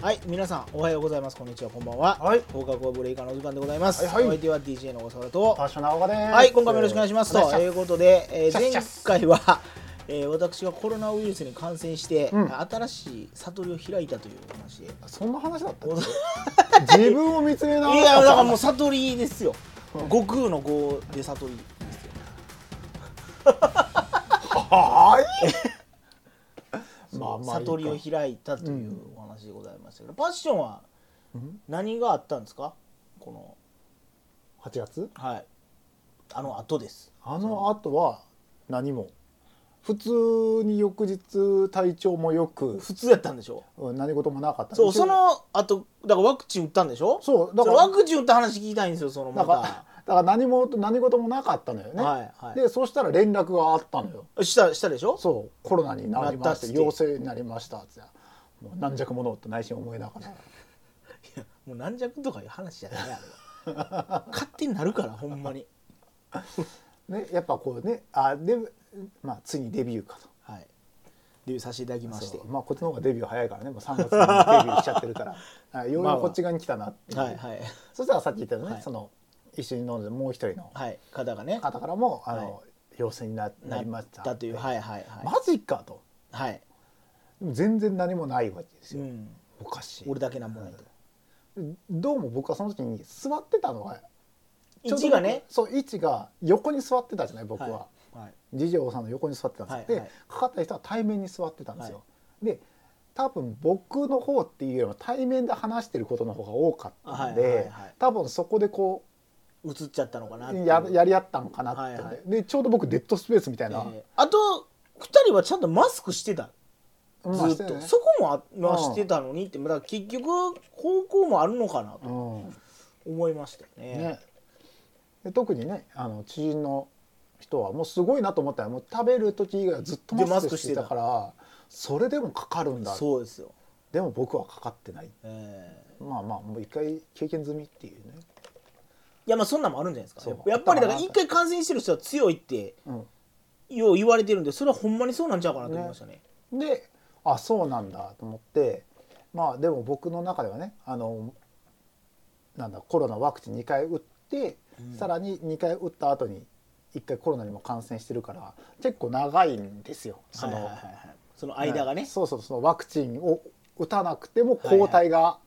はい皆さんおはようございますこんにちはこんばんは、はい放課後ブレイカーのお時間でございます、はいはいお相手は DJ の小沢とパッショナオガです。はい、今回もよろしくお願いします。おと願いいしうことで、えーシャッシャッス前回は、えー私がコロナウイルスに感染して、うん新しい悟りを開いたというお話で。ますそんな話 だった。自分を見つめ直いや、だからもうう悟りですよ。悟空の悟で悟りですよ。は ーい。ま あまあいいか悟りを開いたというお話でございましたけど、パッションはうん何があったんですかこの、 8月？はい。あの後です。あの後は何も。普通に翌日体調も良く、普通やったんでしょうん何事もなかった。そう、一応その後、だからワクチン打ったんでしょそうだそかのらワクチン打った話聞きたいんですよ、そのだまからた。だから何も何事もなかったのよね。はいはいでそしたら連絡があったのよ。した、したでしょそうコロナになりましなったたっつって陽性になりましたってもう軟弱者って内心思いながらいやもう軟弱とかいう話じゃない あれは勝手になるからほんまにね、やっぱこうねあで、まあ、ついにデビューかとはい理由させていただきましてそうまあこっちの方がデビュー早いからねもう3月にデビューしちゃって るからあようまあまやあくこっち側に来たなっていう、はいはいそしたらさっき言ったよね、はいその一緒に飲んでもう一人のはい方がね方からもあの、は陽性にななりましただというはいはいはい、マジかとはい、でも全然何もないわけですうよ、ん、おかしい俺だけなんもないとどうも僕はその時に座ってたのが位置がねちょうど僕そう位置が横に座ってたじゃない僕は、いはい次女さんの横に座ってたんですよ、はいはいでかかった人は対面に座ってたんですよ、で多分僕の方っていうよりも対面で話してることの方が多かったんで、はいはいはい多分そこでこ映っちゃったのかなっうていうややり合ったのかなって、はいはいでちょうど僕デッドスペースみたいえな、ーあと2人はちゃんとマスクしてたまあずっしてと、ねそこもあ、まあ、してたのにってだから結局方向もあるのかなとうん思いましたよねね、で特にねあの知人の人はもうすごいなと思ったらもう食べる時以外はずっとでママススククししててたたからそれでもかかるんだそうですよ、でも僕はかかってないえーまあまあもう一回経験済みっていうね、いやまあそんなんもあるんじゃないですかそうやっぱりだから一回感染してる人は強いってよう言われてるんでそれはほんまにそうなんちゃうかなと思いましたねうん、であそうなんだと思ってまあでも僕の中ではねあのなんだコロナワクチン2回打って、さらに2回打った後に1回コロナにも感染してるから結構長いんですよ。そはいのはいはいはいその間がね、そうそうそうワクチンを打たなくても抗体が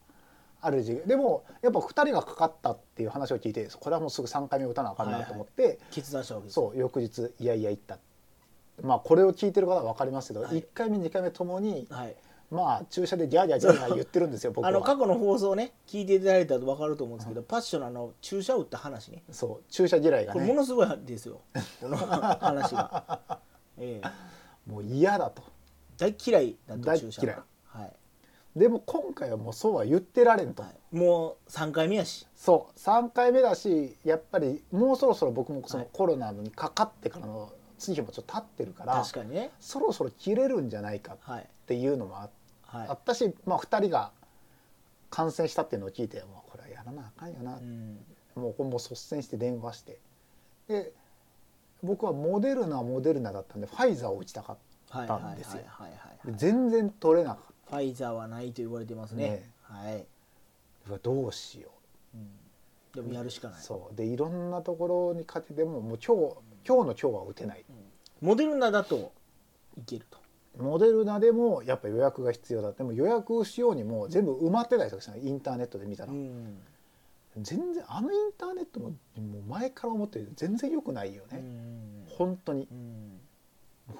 ある時期、でもやっぱ2人がかかったっていう話を聞いてこれはもうすぐ3回目打たなあかんなと思って、決断したわけですそう翌日いやいや行ったまあこれを聞いてる方は分かりますけど、はい1回目2回目ともにはい、まあ注射でギャーギャーギャーギャー言ってるんですよ僕あの過は。去の放送ね聞いていただいたら分かると思うんですけど、パッションのあの注射打った話ねそう注射嫌いがこれもねのすごいです よこの話が、ええもう嫌だと大嫌いだと大注射嫌いは、はいでも今回はもうそうは言ってられんと、はい、もう3回目やしそう3回目だしやっぱりもうそろそろ僕もそのはいコロナにかかってからの月日もちょっと経ってるから確かにねそろそろ切れるんじゃないかっはいていうのもあ,、はいあったし、まあ、2人が感染したっていうのを聞いてもうこれはやらなあかんよな、うんもうこれもう率先して電話してで僕はモデルナはモデルナだったんでファイザーを打ちたかっはいたはいんですよはいはいはいた、で全然取れなかっファイザーはないと言われてますね。ねはい。たうわどうしよでもやるしかうない。そうでいろんなところに勝ててももう今日今日の今日は打てないモデルナだといけると。モデルナでもやっぱ予約が必要だでも予約しようにも全部埋まってたりとかしたのインターネットで見たら、ん。全然あのインターネットももう前から思ってるけど全然良くないようね、ん。本当にうん。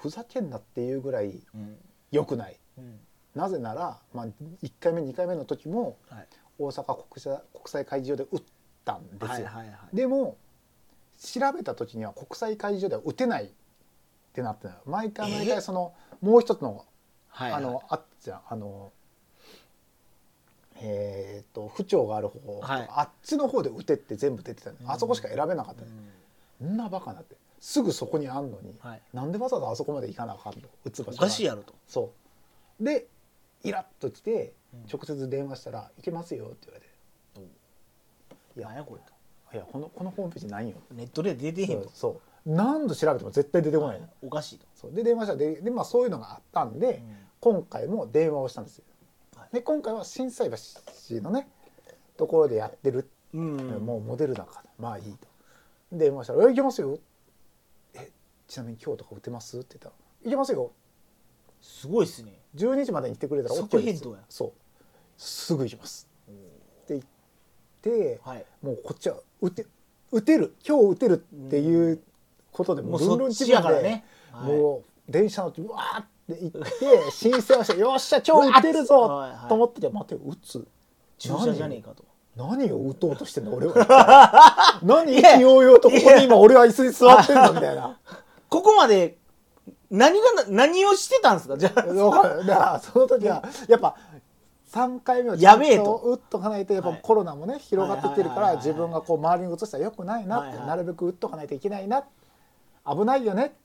ふざけんなっていうぐらいうん。良くないうん。なぜなら、まあ、1回目2回目の時もはい。大阪国際国際会議場で打ったんですよ、はいはいはい。でも調べた時には国際会議場では打てないってなってたの毎回毎え回そのもう一つのはい。あの、あっちゃんあのえー、と府庁がある方、はいあっちの方で打てって全部出てたの、うんあそこしか選べなかっうたの、ん。ん、なバカなってすぐそこにあんのに、はい。なんでわざわざあそこまで行かなあかんの打つお場所がかしいやろと。そうでイラッときてうん直接電話したら「行けますよ」って言われて「いや何やこれいやこのこのホームページないよネットで出てへそんうとそう何度調べても絶対出てこないの、おかしいと、そうで電話したでで、まあ、そういうのがあったんで、うん今回も電話をしたんですよはい。で今回は心斎橋のねところでやってる、うん、もうモデルだからまあいいと。で電話したら「え行きますよ」え「ちなみに今日とか打てます?」って言ったら「行きますよすごいっすね12時までに来てくれたら OK 即で返す答や」そうすぐ行きますって言って、はいもうこっちは打て打てる今日打てるっていうことでももううそルっンルンちチやか分らで、ねはいもう電車のうわーって行 って申請をして「よっしゃ今日打てるうぞわっ!」と思ってて「待てよ打つ注射じゃねえかと何を打とうとしてんの俺 は」何意気揚々とここに今俺は椅子に座ってんだみたいな。ここまで何がな何をしてたんですかじゃあわかるだからその時はやっぱ3回目をちゃやんべえとと打っとかないとやっぱはいコロナもね広がってきてるかはいらはいはいはい自分がこう周りに移したらよくないなっはいてはいなるべく打っとかないといけないな危ないよね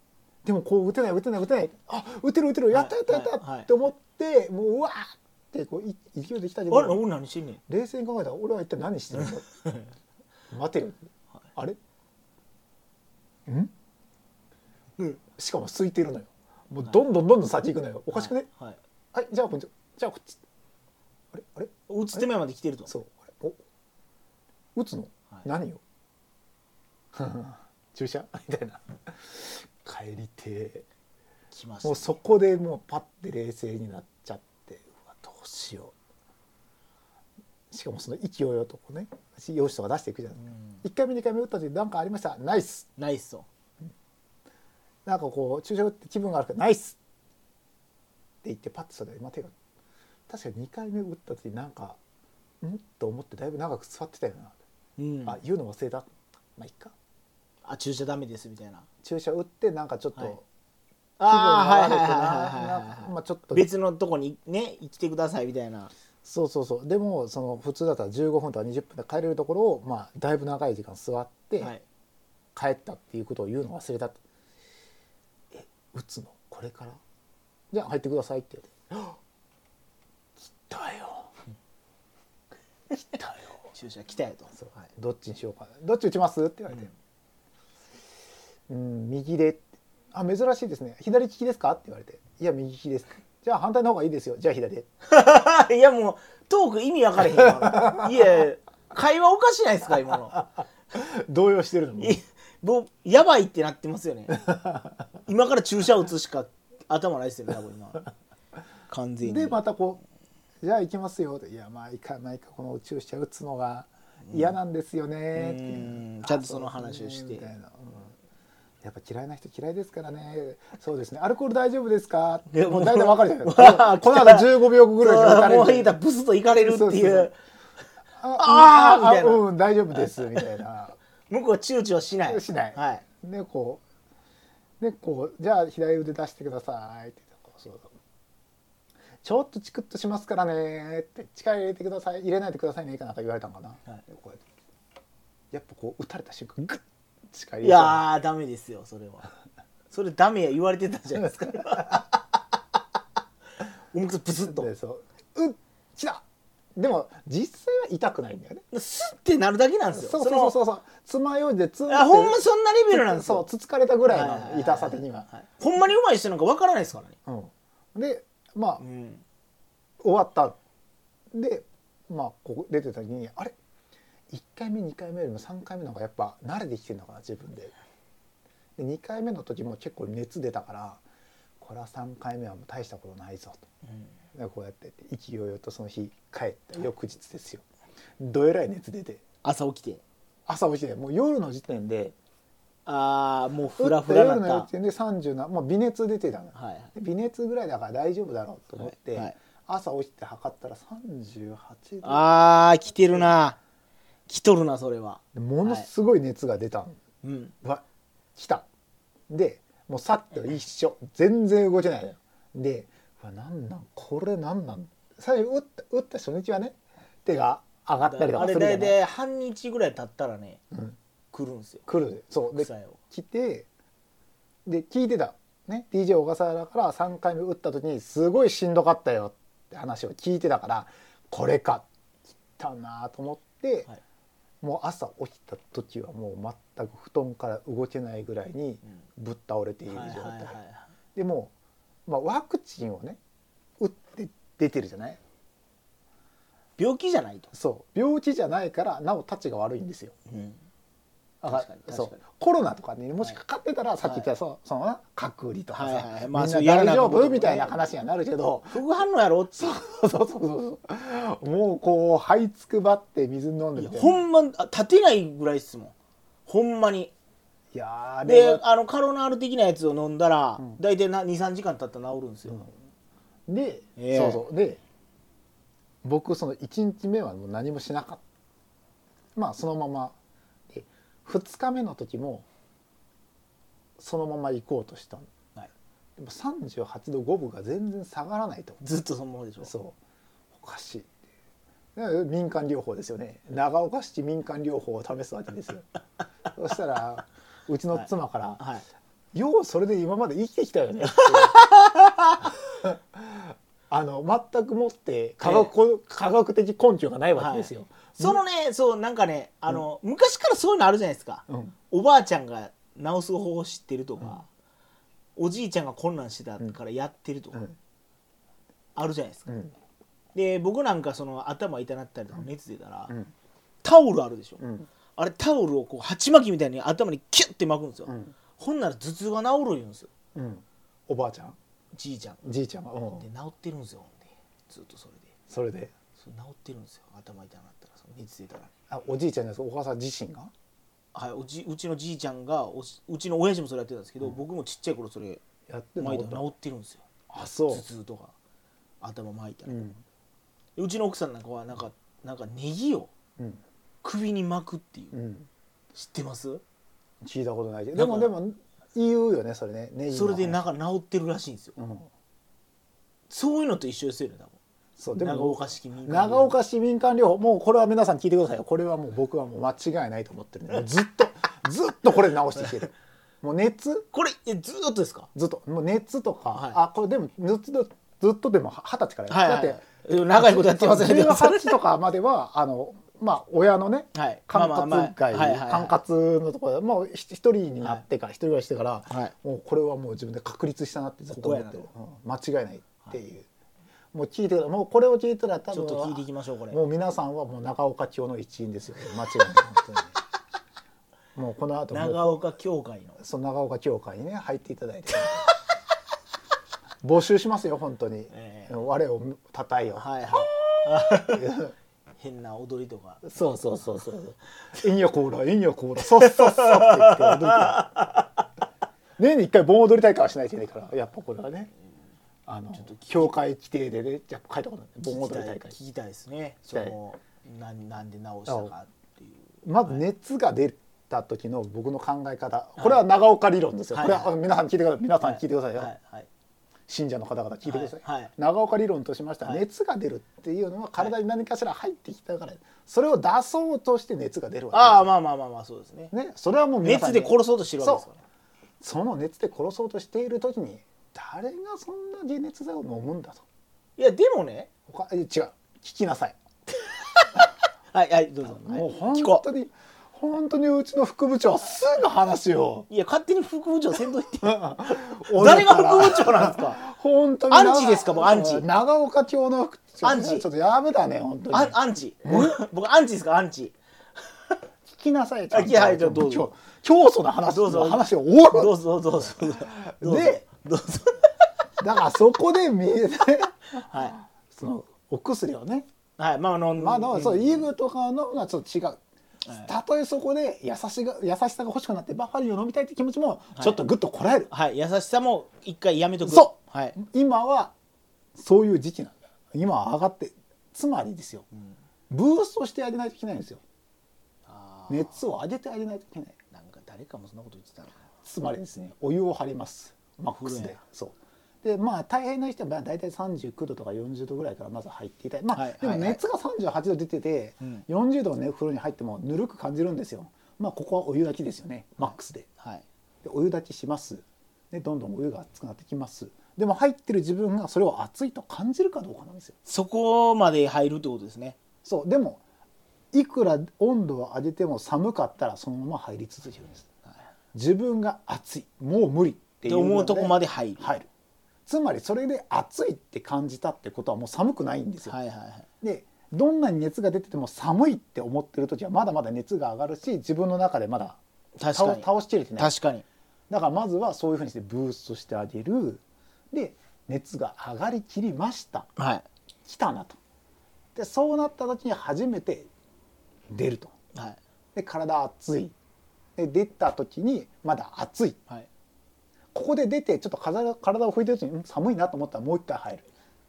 でもこう打てない打てない打てないあ打てる打てるやったやったやったはいはいって思ってもううわーってこうい勢いできたけあれど俺何してんねん冷静に考えたら俺は一体 何してるの待てよあれんうんしかも空いてるのよもうどんどんどんどん先行くのよおかしくねはいはいはい、じゃあこっち、じゃあこっち。あれ、あれ、打つ手前まで来てるとそう、あれ、お。打つの、はい何よ。 注射 みたいな。帰りて来まえ。もうしそこでもうパッて冷静になっちゃって、うわ、どうしよう。しかもその勢いよとこうね、用紙とか出していくじゃないた、うん一回目二回目打った時なんかありましたナイスナイスとなんかこう注射打って気分があるからナイスって言ってパッとそれで待てよ確か2回目打った時なんかんと思ってだいぶ長く座ってたよな、うんあ言うの忘れたまあいっかあ注射ダメですみたいな注射打ってなんかちょっと、はい気分が悪くあーはいはないはいはいはいなまあちょっと別のとこにね行ってくださいみたいなそうそうそうでもその普通だったら15分とか20分で帰れるところを、まあ、だいぶ長い時間座って、はい帰ったっていうことを言うの忘れたってえ打つのこれからじゃあ入ってくださいって言われてはっ来たよ来 たよ注射来たよとはいどっちにしようかなどっち打ちますって言われてうん、右であ珍しいですね左利きですかって言われていや右利きですじゃあ反対の方がいいですよじゃあ左で いやもうトーク意味分かれへんわいや会話おかしないですか今の動揺してるのもいもうやばいってなってますよね今から注射打つしか頭ないですよね多分今完全にでまたこう「じゃあ行きますよ」って「いやまあ行かないかこの注射打つのが嫌なんですよね」っていううんあちゃんとその話をしてそうですねみたいな、うんやっぱ嫌いな人嫌いですからねそうですねアルコール大丈夫ですかいやももうう大体わかるじゃないですう かわこの後15秒ぐらいに打たれもう言るうたらブスといかれるってそうそういそううああーみたいなうん大丈夫ですみたいな向こうは躊躇しないしないはいでこうでこうじゃあ左腕出してくださいってこうそうちょっとチクッとしますからねって力入れてください入れないでくださいねかなんか言われたんかな、はいでこうやってやっぱこう打たれた瞬間グッ力入れいちゃうやーダメですよそれはそれダメや言われてたじゃないですか重くそブスッとでそううっきたでも実際は痛くないんだよねスッてなるだけなんですよそうそうそううそうつまようじでつんってあほんまそんなレベルなんですそうよつつかれたぐらいはいはいはいの痛さ的には、はいほんまに上手い人なんかわからないですからねうん、でまあうん終わったでまあここ出てた時にあれ1回目2回目よりも3回目の方がやっぱ慣れてきてるのかな自分でで2回目の時も結構熱出たからこれは3回目はもう大したことないぞとでこうやって意気揚々とその日帰った翌日ですよどえらい熱出て朝起きて朝起きてもう夜の時点でああもうフラフラ打った夜なのっ時た点で30な、まあ、微熱出てたのよはいはいで微熱ぐらいだから大丈夫だろうと思って、はいはい朝起きて測ったら38度あー来てるな来とるなそれはでものすごい熱が出たの、うんうわ来たでもうさっきと一緒全然動けないのよでうわなんなんこれなんなん最初打った打った初日はね手が上がったりとあかすれ大るじゃない、体半日ぐらい経ったらねうん、来るんですよ来るでそうで副作用来てで聞いてた、ね、DJ 小笠原から3回目打った時にすごいしんどかったよって話を聞いてたからこれか来たなと思って、はいもう朝起きた時はもう全く布団から動けないぐらいにぶっ倒れているはいはい状態、はいでもう、まあ、ワクチンをね打って出てるじゃない病気じゃないと、そう病気じゃないからなおたちが悪いんですよ確かにあそ確かうにコロナとかにもしかかってたら、さっき言ったそうそのな隔離とかさ、はいはいまあそみうんやらななあ大かんこ丈とも夫ねみたいな話にはなるけど、 副反応やろっつってそうそうそうそうもうこう這いつくばって水飲んでいやみたいほんまあ立てないぐらいっすもんほんまにいやーあれではあのカロナール的なやつを飲んだら、ん大体な23時間経ったら治るんですよ、で、ええそうそうで僕その1日目はもう何もしなかったまあそのままで2日目の時もそのまま行こうとしたのはいでも38度5分が全然下がらないとずっとそのままでしょそうおかしいだから民間療法ですよね長岡市民間療法を試すわけですよそしたらうちの妻から、はいようそれで今まで生きてきたよねって あの全くもって科学,、科学的根拠がないわけですよ。そのねそうなんかねあの、昔からそういうのあるじゃないですか、うんおばあちゃんが治す方法知ってるとか、おじいちゃんが困難してたからやってるとか、うんあるじゃないですか、うんで僕なんかその頭痛なったりとか熱出たら、うんタオルあるでしょ、うんあれタオルをこう鉢巻きみたいに頭にキュッて巻くんですよ、うんほんなら頭痛が治る言うんですようん、おばあちゃんじいちゃんじいちゃんが、うんで、治ってるんですよほんでずっとそれでそれでそう治ってるんですよ頭痛なったらその熱出たらあおじいちゃんじゃないですお母さん自身がはい、おじうちのじいちゃんがおしうちの親父もそれやってたんですけど、僕もちっちゃい頃それやって巻いたら治治ってるんですよあそう頭、痛とか頭巻いたうら、んうちの奥さんなんかはなんかなんかネギをうん首に巻くっていう、うん、知ってます聞いたことないけどでなんかもでも言うよねそれねネギのそれでな話んか治ってるらしいんですようん、そういうのと一緒ですよね多そうで分も長岡式民間療法長岡市民間療法もうこれは皆さん聞いてくださいよこれはもう僕はもう間違いないと 思ってるんでもうずっとずっとこれ直してきてるもう熱これえずーっとですかずっともう熱とか、はいあこれでもずっとずっとでも二十歳からやるはい、はいだってえ長いことやってますね18とかまではあのまあ親のねはい管まあまあまあ轄外はいはいはい管轄のところでもうひ一人になってから一人暮らししてから、はいもうこれはもう自分で確立したなってずっと思ってるこうん間違いないっていう、もう聞いてるもうこれを聞いたら多ちょ分っと聞いていきましょうこれもう皆さんはもう長岡京の一員ですよ間違いない本当にもうこの後もう長岡教会のその長岡教会にね入っていただいて募集しますよ本当に、え我をたたえよ、 はいはい変な踊りとかそうそうそうそう「いんやこーらいんやこーらそっそっそ」って言って踊るから年に一回盆踊り大会はしないといけないからやっぱこれはねあの教会規定でねやっぱ書いたことない盆聞きた踊いり大聞会きたいですねきそたいのなんなんで直したかっていうまず熱が出た時の僕の考え方、これは長岡理論ですよ、はいこれはあ皆さん聞いてください皆さん聞いてくださいよ、はいはい信者の方々聞いてください、はいはい長岡理論としましては、はい熱が出るっていうのは体に何かしら入ってきたから、それを出そうとして熱が出るあわあまあまあまあまあそうですねけですねそれはもう皆さ熱んでに殺そうとしてるわけですからその熱で殺そうとしている時に誰がそんな解熱剤を飲むんだといやでもね他え違う聞きなさい、はいはいどうぞもうはい聞本こ当に本当にうちの副部長はすぐ話をういや勝手に副部長せんといて 俺誰かがら副部長なんです か本当にアンチですか僕アンチ長岡町の副長アンチちょっとやめだね本当にあアンチ僕僕アンチですかアンチ聞きなさいちあはいじゃあどうぞ教祖の話どうぞの話を終わどるうぞどうぞどうぞどうぞでどうぞだからそこで見えはいそのお薬をねはいまああのまあだからそううんイーグルとかのはちょっと違うたとえそこで優しが優しさが欲しくなってバファリンを飲みたいって気持ちもちょっとグッとこらえる、はい優しさも一回やめとくそうはい今はそういう時期なんだ今は上がってつまりですよ、ブーストしてあげないといけないんですよあー熱を上げてあげないといけないなんか誰かもそんなこと言ってたなつまりですねお湯を張りますマックス風呂でやそうでまあ大変な人はまあ大体39度とか40度ぐらいからまず入っていたいまあ、はいでもはいはい熱が38度出てて、うん40度の、ね、風呂に入ってもぬるく感じるんですよまあここはお湯だけですよねマックスではいでお湯炊きしますでどんどんお湯が熱くなってきますでも入ってる自分がそれを熱いと感じるかどうかなんですよそこまで入るってことですねそうでもいくら温度を上げても寒かったらそのまま入り続けるんです自分が暑いもう無理ってっいてう思うとこまでで入る。入るつまりそれで暑いって感じたってことはもう寒くないんですよ、はいはいはい。でどんなに熱が出てても寒いって思ってる時はまだまだ熱が上がるし自分の中でまだ確倒かに。倒しきれてない確かに。だからまずはそういうふうにしてブーストしてあげるで熱が上がりきりましたはい。来たなとでそうなった時に初めて出るとはい。で体熱いで出た時にまだ暑いはい。ここで出てちょっと体体を拭いてる時にん寒いなと思ったらもう一回入る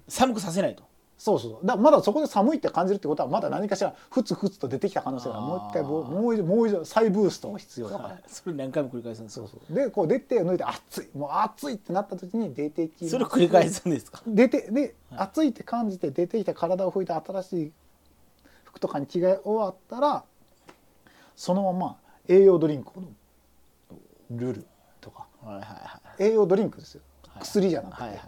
寒くさせないと。そうそうそうだまだそこで寒いって感じるってことはまだ何かしらふつふつと出てきた可能性があるもう一回ブーあーもう一もう一度再ブーストが必要だから。それ何回も繰り返すんですそかう。そうでこう出て抜いて暑いもう暑いってなった時に出てきそれを繰り返すんですか。出てで、はい暑いって感じて出てきた体を拭いた新しい服とかに着替え終わったらそのまま栄養ドリンクを飲むルルとかはいはいは栄養ドリンクですよはい薬じゃなくて、い。はいはい。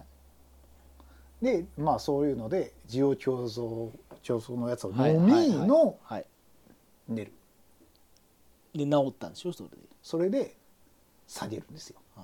でまあそういうので需要競争競争のやつをはい飲みのはい。寝るで治ったんでしょそれで。それで下げるんですよあ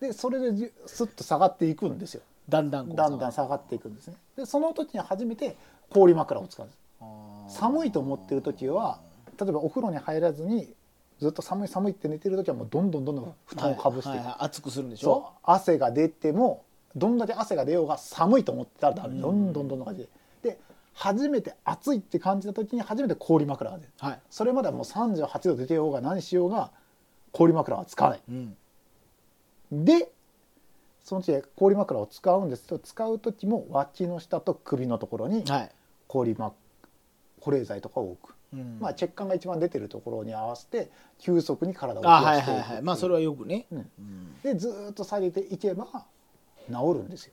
でそれでじゅスッと下がっていくんですよーだんだんこうだんだん下がっていくんですねでその時に初めて氷枕を使うんですあー寒いと思ってる時は例えばお風呂に入らずにずっと寒い寒いって寝てる時はもうどんどんどんどん布団をかぶして、はいはいはい熱くするんでしょ。そう汗が出てもどんだけ汗が出ようが寒いと思ってたらダメ、うんどんどんどんどん感じでで初めて暑いって感じた時に初めて氷枕が出るはい。それまではもう38度出てようが何しようが氷枕は使わないうん。でそのうち氷枕を使うんですけど使う時も脇の下と首のところにはい。氷枕保冷剤とかを置く。うんまあ、血管が一番出てるところに合わせて急速に体をあ冷はやいしてはいいくはい。まあそれはよくね。うんうんでずーっと下げていけば治るんですよ。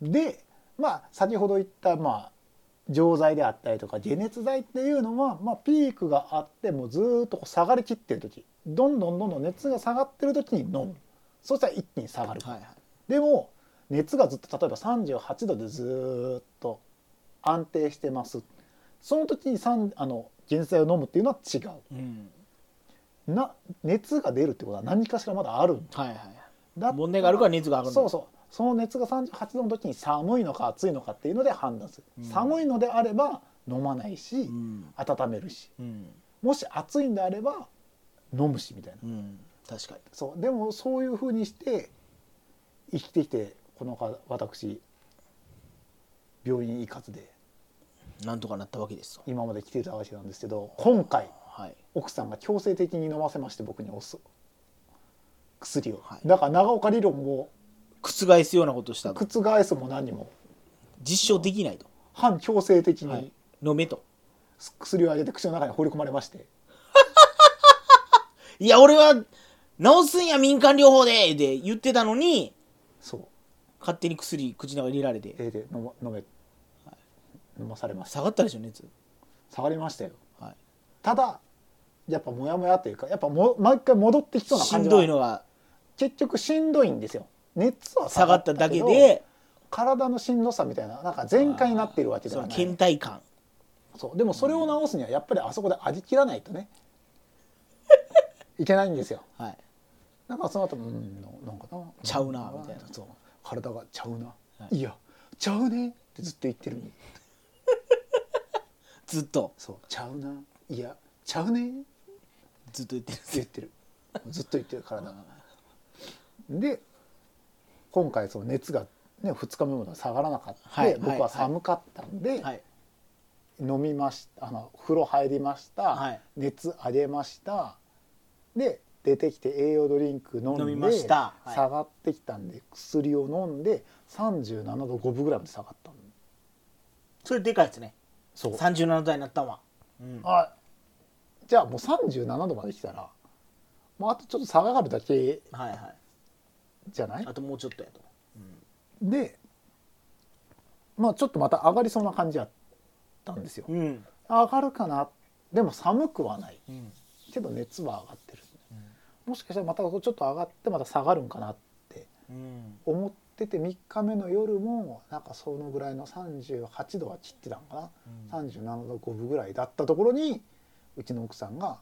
でまあ先ほど言ったまあ錠剤であったりとか解熱剤っていうのは、まあ、ピークがあってもうずーっとこう下がりきってる時どんどんどんどん熱が下がってる時に飲むそしたら一気に下がる、はいはい。でも熱がずっと例えば38度でずーっと安定してますその時にさんあの減剤を飲むっていうのは違ううん。な熱が出るってことは何かしらまだあるんはいはい。だ問題があるから熱が上がるんだそうそうその熱が38度の時に寒いのか暑いのかっていうので判断する、うん寒いのであれば飲まないし、うん。温めるしうん。もし暑いんであれば飲むしみたいなうん。確かに。そうでもそういうふうにして生きてきてこのか私病院行かずでなんとかなったわけですよ。今まで来てたわけなんですけど今回はい。奥さんが強制的に飲ませまして僕にお酢薬を、はいだから長岡理論も覆すようなことをしたと。覆すも何も実証できないと。反強制的はにい。飲めと。薬をあげて口の中に放り込まれまして、いや、俺は、治すんや、民間療法でって言ってたのに、そう勝手に薬、口の中に入れられて、えで飲ま飲め、飲まされました下がったでしょ、熱。下がりましたよはい。ただやっぱモヤモヤというかやっぱも毎回戻ってきそうなし感んじどいはのが結局しんどいんですよ熱は下がっただけけどで、体のしんどさみたいななんか全開になっているわけでそはのない倦怠感。そうでもそれを直すにはやっぱりあそこで味切らないとねいけないんですよはい。なんかその後もうんななんかなちゃうなみたいなそう体がちゃうな、、はいやちゃうねってずっと言ってるのにずっと、そうちゃうないやちゃうねってずっと言ってるんです言よ。ってる ずっと言ってる体がで今回その熱がね2日目まで下がらなかった、はい僕ははい寒かったんで、はい。飲みましたあの風呂入りました、はい熱上げましたで出てきて栄養ドリンク飲んで飲みましたはい下がってきたんで薬を飲んで37度5分ぐらいまで下がったのそれでかいですね。そう37度になったんは。うん。あじゃあもう37度まで来たらもうあとちょっと下がるだけはいはい。じゃないあともうちょっとやと。でまあちょっとまた上がりそうな感じやったんですようん。上がるかなでも寒くはないうん。けど熱は上がってるもしかしたらまたちょっと上がってまた下がるんかなってうん。思ってってて3日目の夜もなんかそのぐらいの38度は切ってたのかな、37度5分ぐらいだったところにうちの奥さんが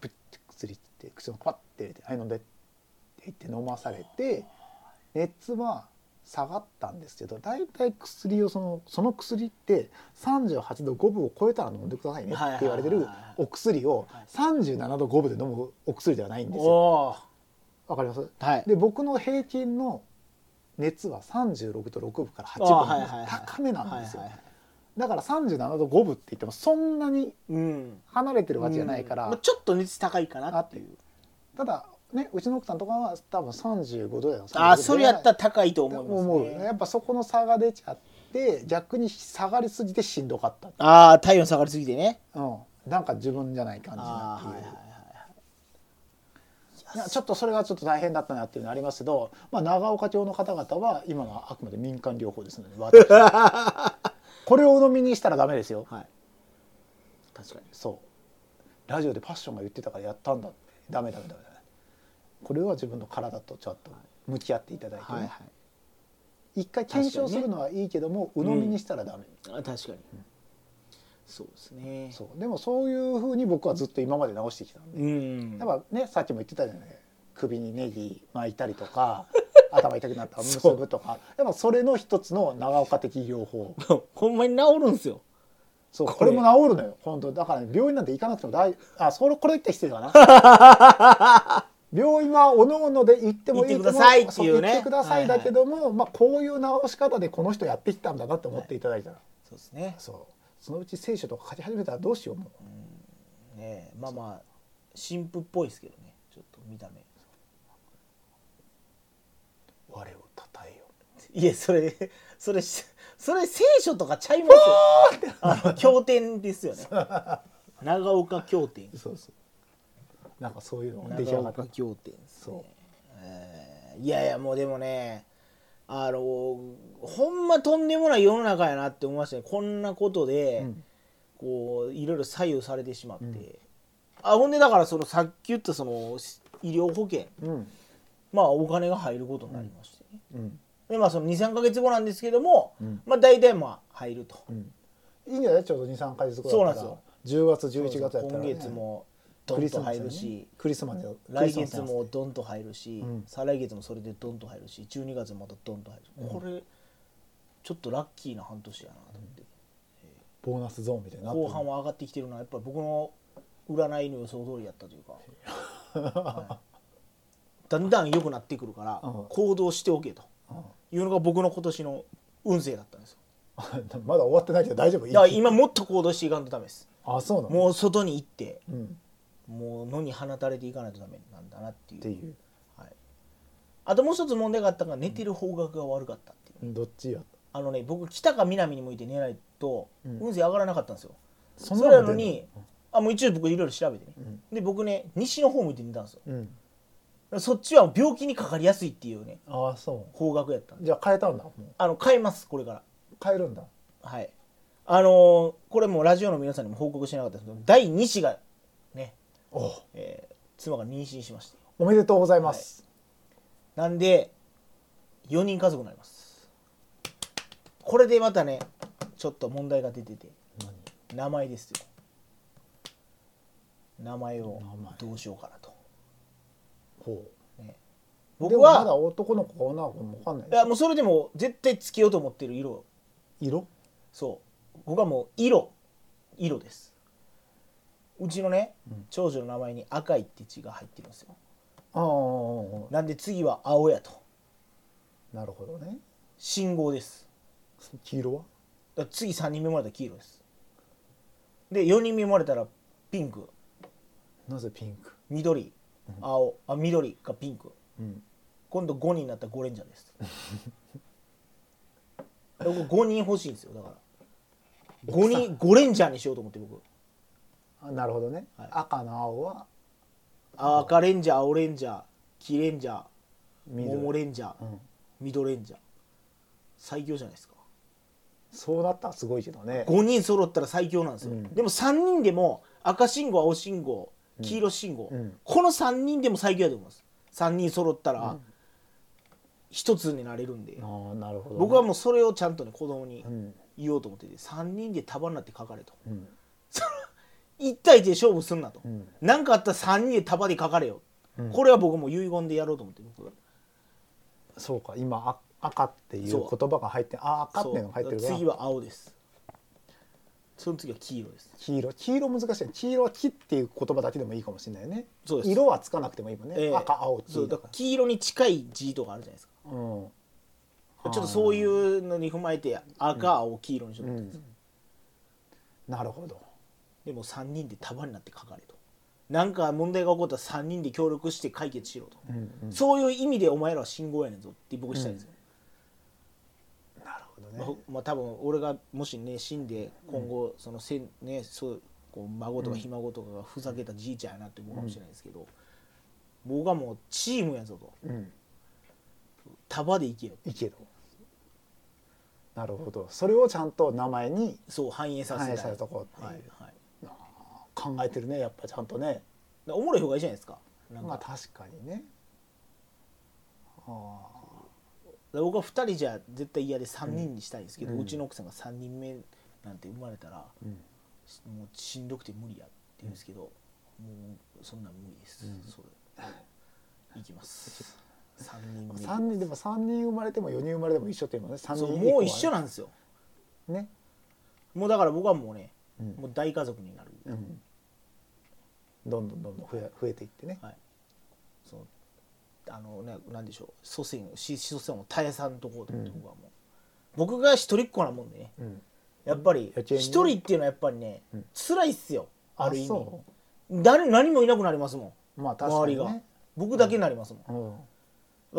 プッて薬って口のパッて入れて「はい飲んで」って言って飲まされて熱は下がったんですけど大体薬をそのその薬って38度5分を超えたら飲んでくださいねって言われてはいるはいはいはいお薬を37度5分で飲むお薬ではないんですよ。おーわかりますはいで僕の平均の熱は36度6分から8あ分ーはいなはいはんいです高めなんですよはいはいはいだから37度5分って言ってもそんなにうん離れてるわけじゃないかうんまあらちょっと熱高いかなっていうただねうちの奥さんとかは多分35度だよああそれやったらら高いと思います、ね、思うよねやっぱそこの差が出ちゃって逆に下がりすぎてしんどかった、ああ体温下がりすぎてねうん、なんか自分じゃない感じになあっあていーう、はいはいはいいやちょっとそれがちょっと大変だったなっていうのありますけど、まあ、長岡町の方々は今のはあくまで民間療法です ので私これを鵜呑みにしたらダメですよはい確かにそうラジオでパッションが言ってたからやったんだってダメダメダメダメこれは自分の体とちょっと向き合っていただいてね、はいはい一回検証するのはいいけども、鵜呑みにしたらダメ、あ確かに、そうですねそうでもそういうふうに僕はずっと今まで直してきたんで、うんやっぱねさっきも言ってたじゃない首にネギ巻いたりと か頭痛くなったら結ぶとかやっぱそれの一つの長岡的療法 ほんまに治るんですよそうここれれも治るのよ本当だから、ね、病院なんて行かなくても大あそれこれ言ったら失礼だな 病院はおのおので行ってもいい行ってくださいってそいうね行ってくださはいいはいだけども、まあ、こういう治し方でこの人やってきたんだなって思っていただいたら、そうですねそうそのうち聖書とか書き始めたらどうしようもうねえまあまあ神父っぽいですけどねちょっと見た目 我を称えよいやそれそれそれ聖書とかちゃいますよあの経典ですよね 長岡経典うそうそうなんかそういうのが出来長上がった岡経典ですねそうえーいやいやもうでもねあのほんまとんでもない世の中やなって思いましたねこんなことで、うんこういろいろ左右されてしまって、うんあほんでだからそのさっき言ったそのし医療保険うんまあお金が入ることになりまして、ねうんでまあその23か月後なんですけども、うんまあ大体まあ入ると、うんいいんじゃないちょうど23回ずつそうなんですよ10月11月やったら、今ね、月もドクリンスとマス入やるねし、クリスマスや来月クリスマスやもドンと入るし、うん再来月もそれでドンと入るし12月もまたドンと入るし、これちょっとラッキーな半年やなと思って、ボーナスゾーンみたいになってる後半は上がってきてるのはやっぱり僕の占いの予想通りやったというか、 はいだんだん良くなってくるから、うん行動しておけとうんいうのが僕の今年の運勢だったんですよ まだ終わってないけど大丈夫だから今もっと行動していかんとダメですあそうなのもう外に行ってう、ん、もう野に放たれていかないとダメなんだなっていうっていうはい、あともう一つ問題があったのが寝てる方角が悪かったっていう、うんどっちやあのね僕北か南に向いて寝ないとうん運勢上がらなかったんですよ、そんそなれなののにあもう一応僕いろいろ調べてね、んで僕ね西の方向いて寝たんですようんそっちは病気にかかりやすいっていうねああそ方角やったんうでじゃあ変えたんだもうあの変えますこれから変えるんだはいあのーこれもうラジオの皆さんにも報告してなかったんですけど第2子がね、おえー妻が妊娠しましておめでとうございます、なんで4人家族になりますこれでまたねちょっと問題が出てて名前ですよ名前を名前どうしようかなとほう僕でもまだは男の子か女の子も分かんないいやもうそれでも絶対つけようと思ってる色色そう僕はもう色色ですうちのね、長女の名前に赤いって字が入ってるんですよあああなんで次は青やとあなるほどね信号です黄色はだから次3人目生まれたら黄色ですで4人目生まれたらピンクなぜピンク緑青あ緑かピンクうん今度5人になったらゴレンジャーです僕5人欲しいんですよだから5人ゴレンジャーにしようと思って僕あなるほどね、赤の青はあ赤レンジャー青レンジャー黄レンジャー緑桃レンジャーうん、緑レンジャー最強じゃないですかそうなったらすごいけどね5人揃ったら最強なんですよ、うんでも3人でも赤信号青信号黄色信号、うんこの3人でも最強だと思います3人揃ったら、一つになれるんであーなるほどね、僕はもうそれをちゃんとね子供にうん言おうと思ってて3人で束になって書かれとうん1対1で勝負すんなとうん何、かあったら3人で束で書かれよ、うんこれは僕も遺言でやろうと思って僕はそうか今あ赤っていうそう言葉が入ってあ赤っていうのが入ってるかそうら次は青ですその次は黄色です黄色黄色難しいね黄色は木っていう言葉だけでもいいかもしれないねそうです色はつかなくてもいいもんね、ええ赤青黄そ色うだだかから、黄色に近い字とかあるじゃないですからうん、ちょっとそういうのに踏まえて赤青黄色にしようと思ってます、なるほどでも3人で束になって書かれとなんか問題が起こったら3人で協力して解決しろと、そういう意味でお前らは信号やねんぞって僕したいんですよ、なるほどねまあまあ多分俺がもしね死んで今後そのせん、ねそうこう孫とかひ孫とかがふざけたじいちゃんやなって思うかもしれないですけど、僕はもうチームやぞとうん束でいけよいいけどなるほどそれをちゃんと名前にそう反映させ反た映いさせとこうっていうはいはい、考えてるねやっぱちゃんとねでおもろい方がいいじゃないですかなんかまあ確かにねあで僕は2人じゃ絶対嫌で3人にしたいんですけど、うちの奥さんが3人目なんて生まれたら、もうしんどくて無理やって言うんですけど、もうそんなん無理です、それいきます3人目あ3人でも3人生まれても4人生まれても一緒っていうのね3人そう以降はもう一緒なんですよねもうだから僕はもうね、うんもう大家族になる、うんどんどんどんどん増え増えていってねはいそのあのね何でしょう祖先子祖先を絶やさんとこうと思って僕はもう、僕が一人っ子なもんでねうんやっぱり余計にね一人っていうのはやっぱりね、辛いっすよある意味そ誰何もいなくなりますもん、まあ確かにね周りが僕だけになりますもん、ううん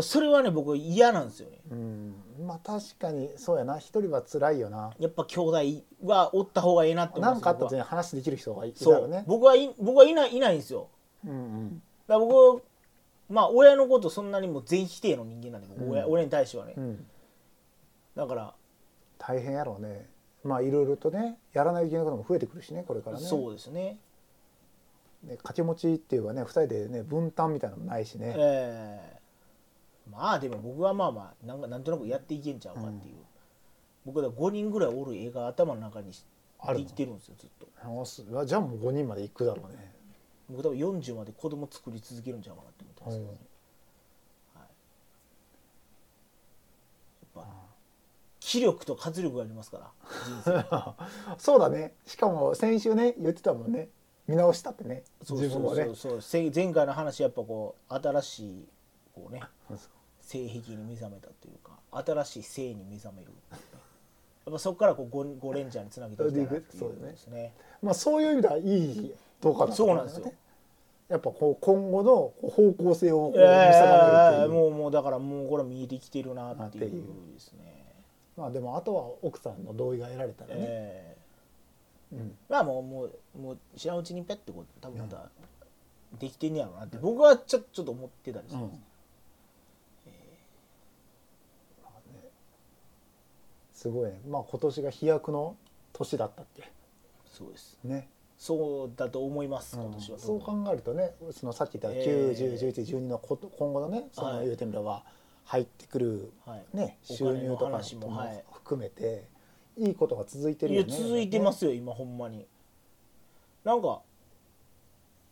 それはね僕嫌なんですよねうん、まあ確かにそうやな一人は辛いよなやっぱ兄弟はおった方がええなって思いなまんすかあった僕時はに話できる人がいたそらう、ね僕はい僕はいないいないんですようんうんだから僕まあ親のことそんなにもう全否定の人間なんで、僕親親に対してはね、うん、だから大変やろうねまあいろいろとねやらないといけないことも増えてくるしねこれからねそうですねね掛け持ちっていうかね2人でね分担みたいなのもないしね、えーまあでも僕はまあまあなんかなんとなくやっていけんちゃうかっていう、僕は5人ぐらいおる映画頭の中にしあるでのきてるんですよずっとあすじゃあもう5人まで行くだろうね 僕多分40まで子供作り続けるんちゃうかなって思ってますけどね、はい、やっぱ気力と活力がありますから人生そうだねしかも先週ね言ってたもんね見直したってねそう 自分そもうねそうそうせ前回の話やっぱこう新しいこうねそう性癖に目覚めたというか新しい性に目覚めるやっぱそこからこうゴゴレンジャーにつなげていきたいなっていうことですねまあそういう意味ではいい動画だったそうなんですよやっぱこう今後の方向性をこう見定めるえといえう、もうもうだからもうこれ見えてきてるなっていあっていうですねまあでもあとは奥さんの同意が得られたらね、ええうんまあもうもうもう知らんうちにペッてこう多分またできてんねやろうなって僕はちょちょっと思ってたりするんです、うんすごいねまあ今年が飛躍の年だったっけそうですね、そうだと思います今年は、そう考えるとねそのさっき言ったえ9、え10、11、12のこと今後のねそはのい言うてみれば入ってくる、はいね、お収金入のとか話もはい含めていいことが続いてるいよやね続いてますよ今ほんまになんか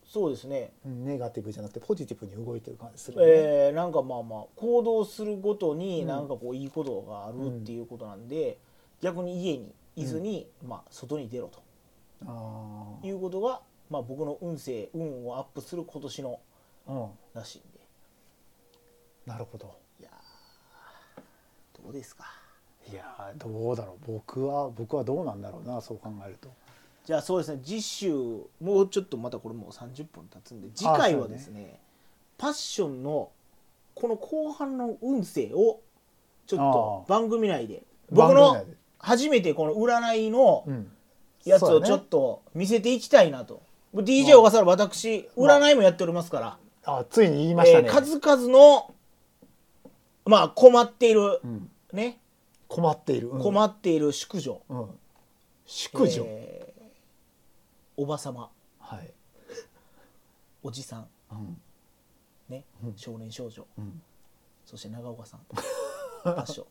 そうですねうんネガティブじゃなくてポジティブに動いてる感じするよね、えーなんかまあまあ行動するごとになんかこういいことがあるっていうことなんで、逆に家にいずに、まあ、外に出ろとあいうことが、まあ、僕の運勢運をアップする今年のあ、うん、らしいんでなるほどどうですかいやーどうだろう僕は僕はどうなんだろうなそう考えるとじゃあそうですね次週もうちょっとまたこれもう30分経つんで次回はですねパッションのこの後半の運勢をちょっとあ番組内で番僕組内ので初めてこの占いのうんやつそをうだちねょっと見せていきたいなと、DJ 小笠原私占いもやっておりますから、あついに言いましたね、えー数々のまあ困っている、うん、ね困っている、うん、困っている宿女、うん、宿女、えーおばさまはい、おじさんうんね、少年少女、んそして長岡 さん多少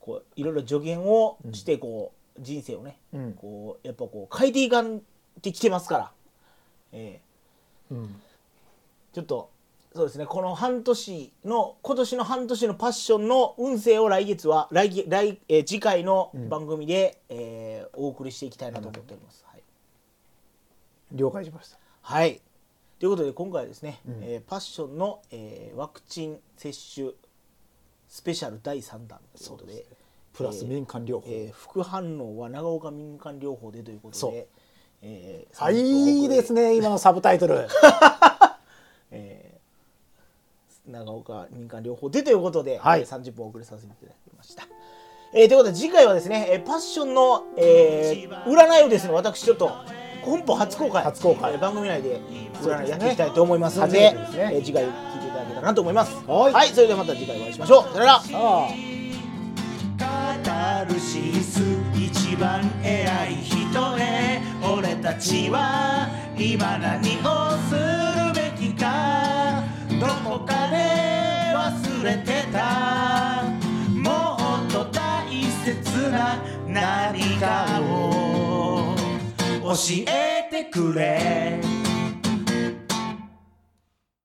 こういろいろ助言をしてこう、人生をねうんこうやっぱこう変えていかんってきてますから、えうんーちょっとそうですねこの半年の今年の半年のパッションの運勢を来月は来月来、えー次回の番組で、えーお送りしていきたいなと思っております。はい了解しましたはい。ということで今回はですね、うんえーパッションの、えーワクチン接種スペシャル第3弾ということでプラス民間療法、えー副反応は長岡民間療法でということそうで、えーあいいです、ね今のサブタイ トルえー長岡民間療法でということで、はいえー30分遅れさせていただきました。えーということで次回はですね、えーパッションの、えー占いをですね私ちょっと本邦初公開初公開えー番組内でそう占でいすねやっていきたいと思いますので初めてですねえー次回聞いていただけたらなと思いますはいそれではまた次回お会いしましょうさよならああカタルシス一番偉い人へ俺たちは今何をするべきかどこかで忘れてたもっと大切な何かを教えてくれ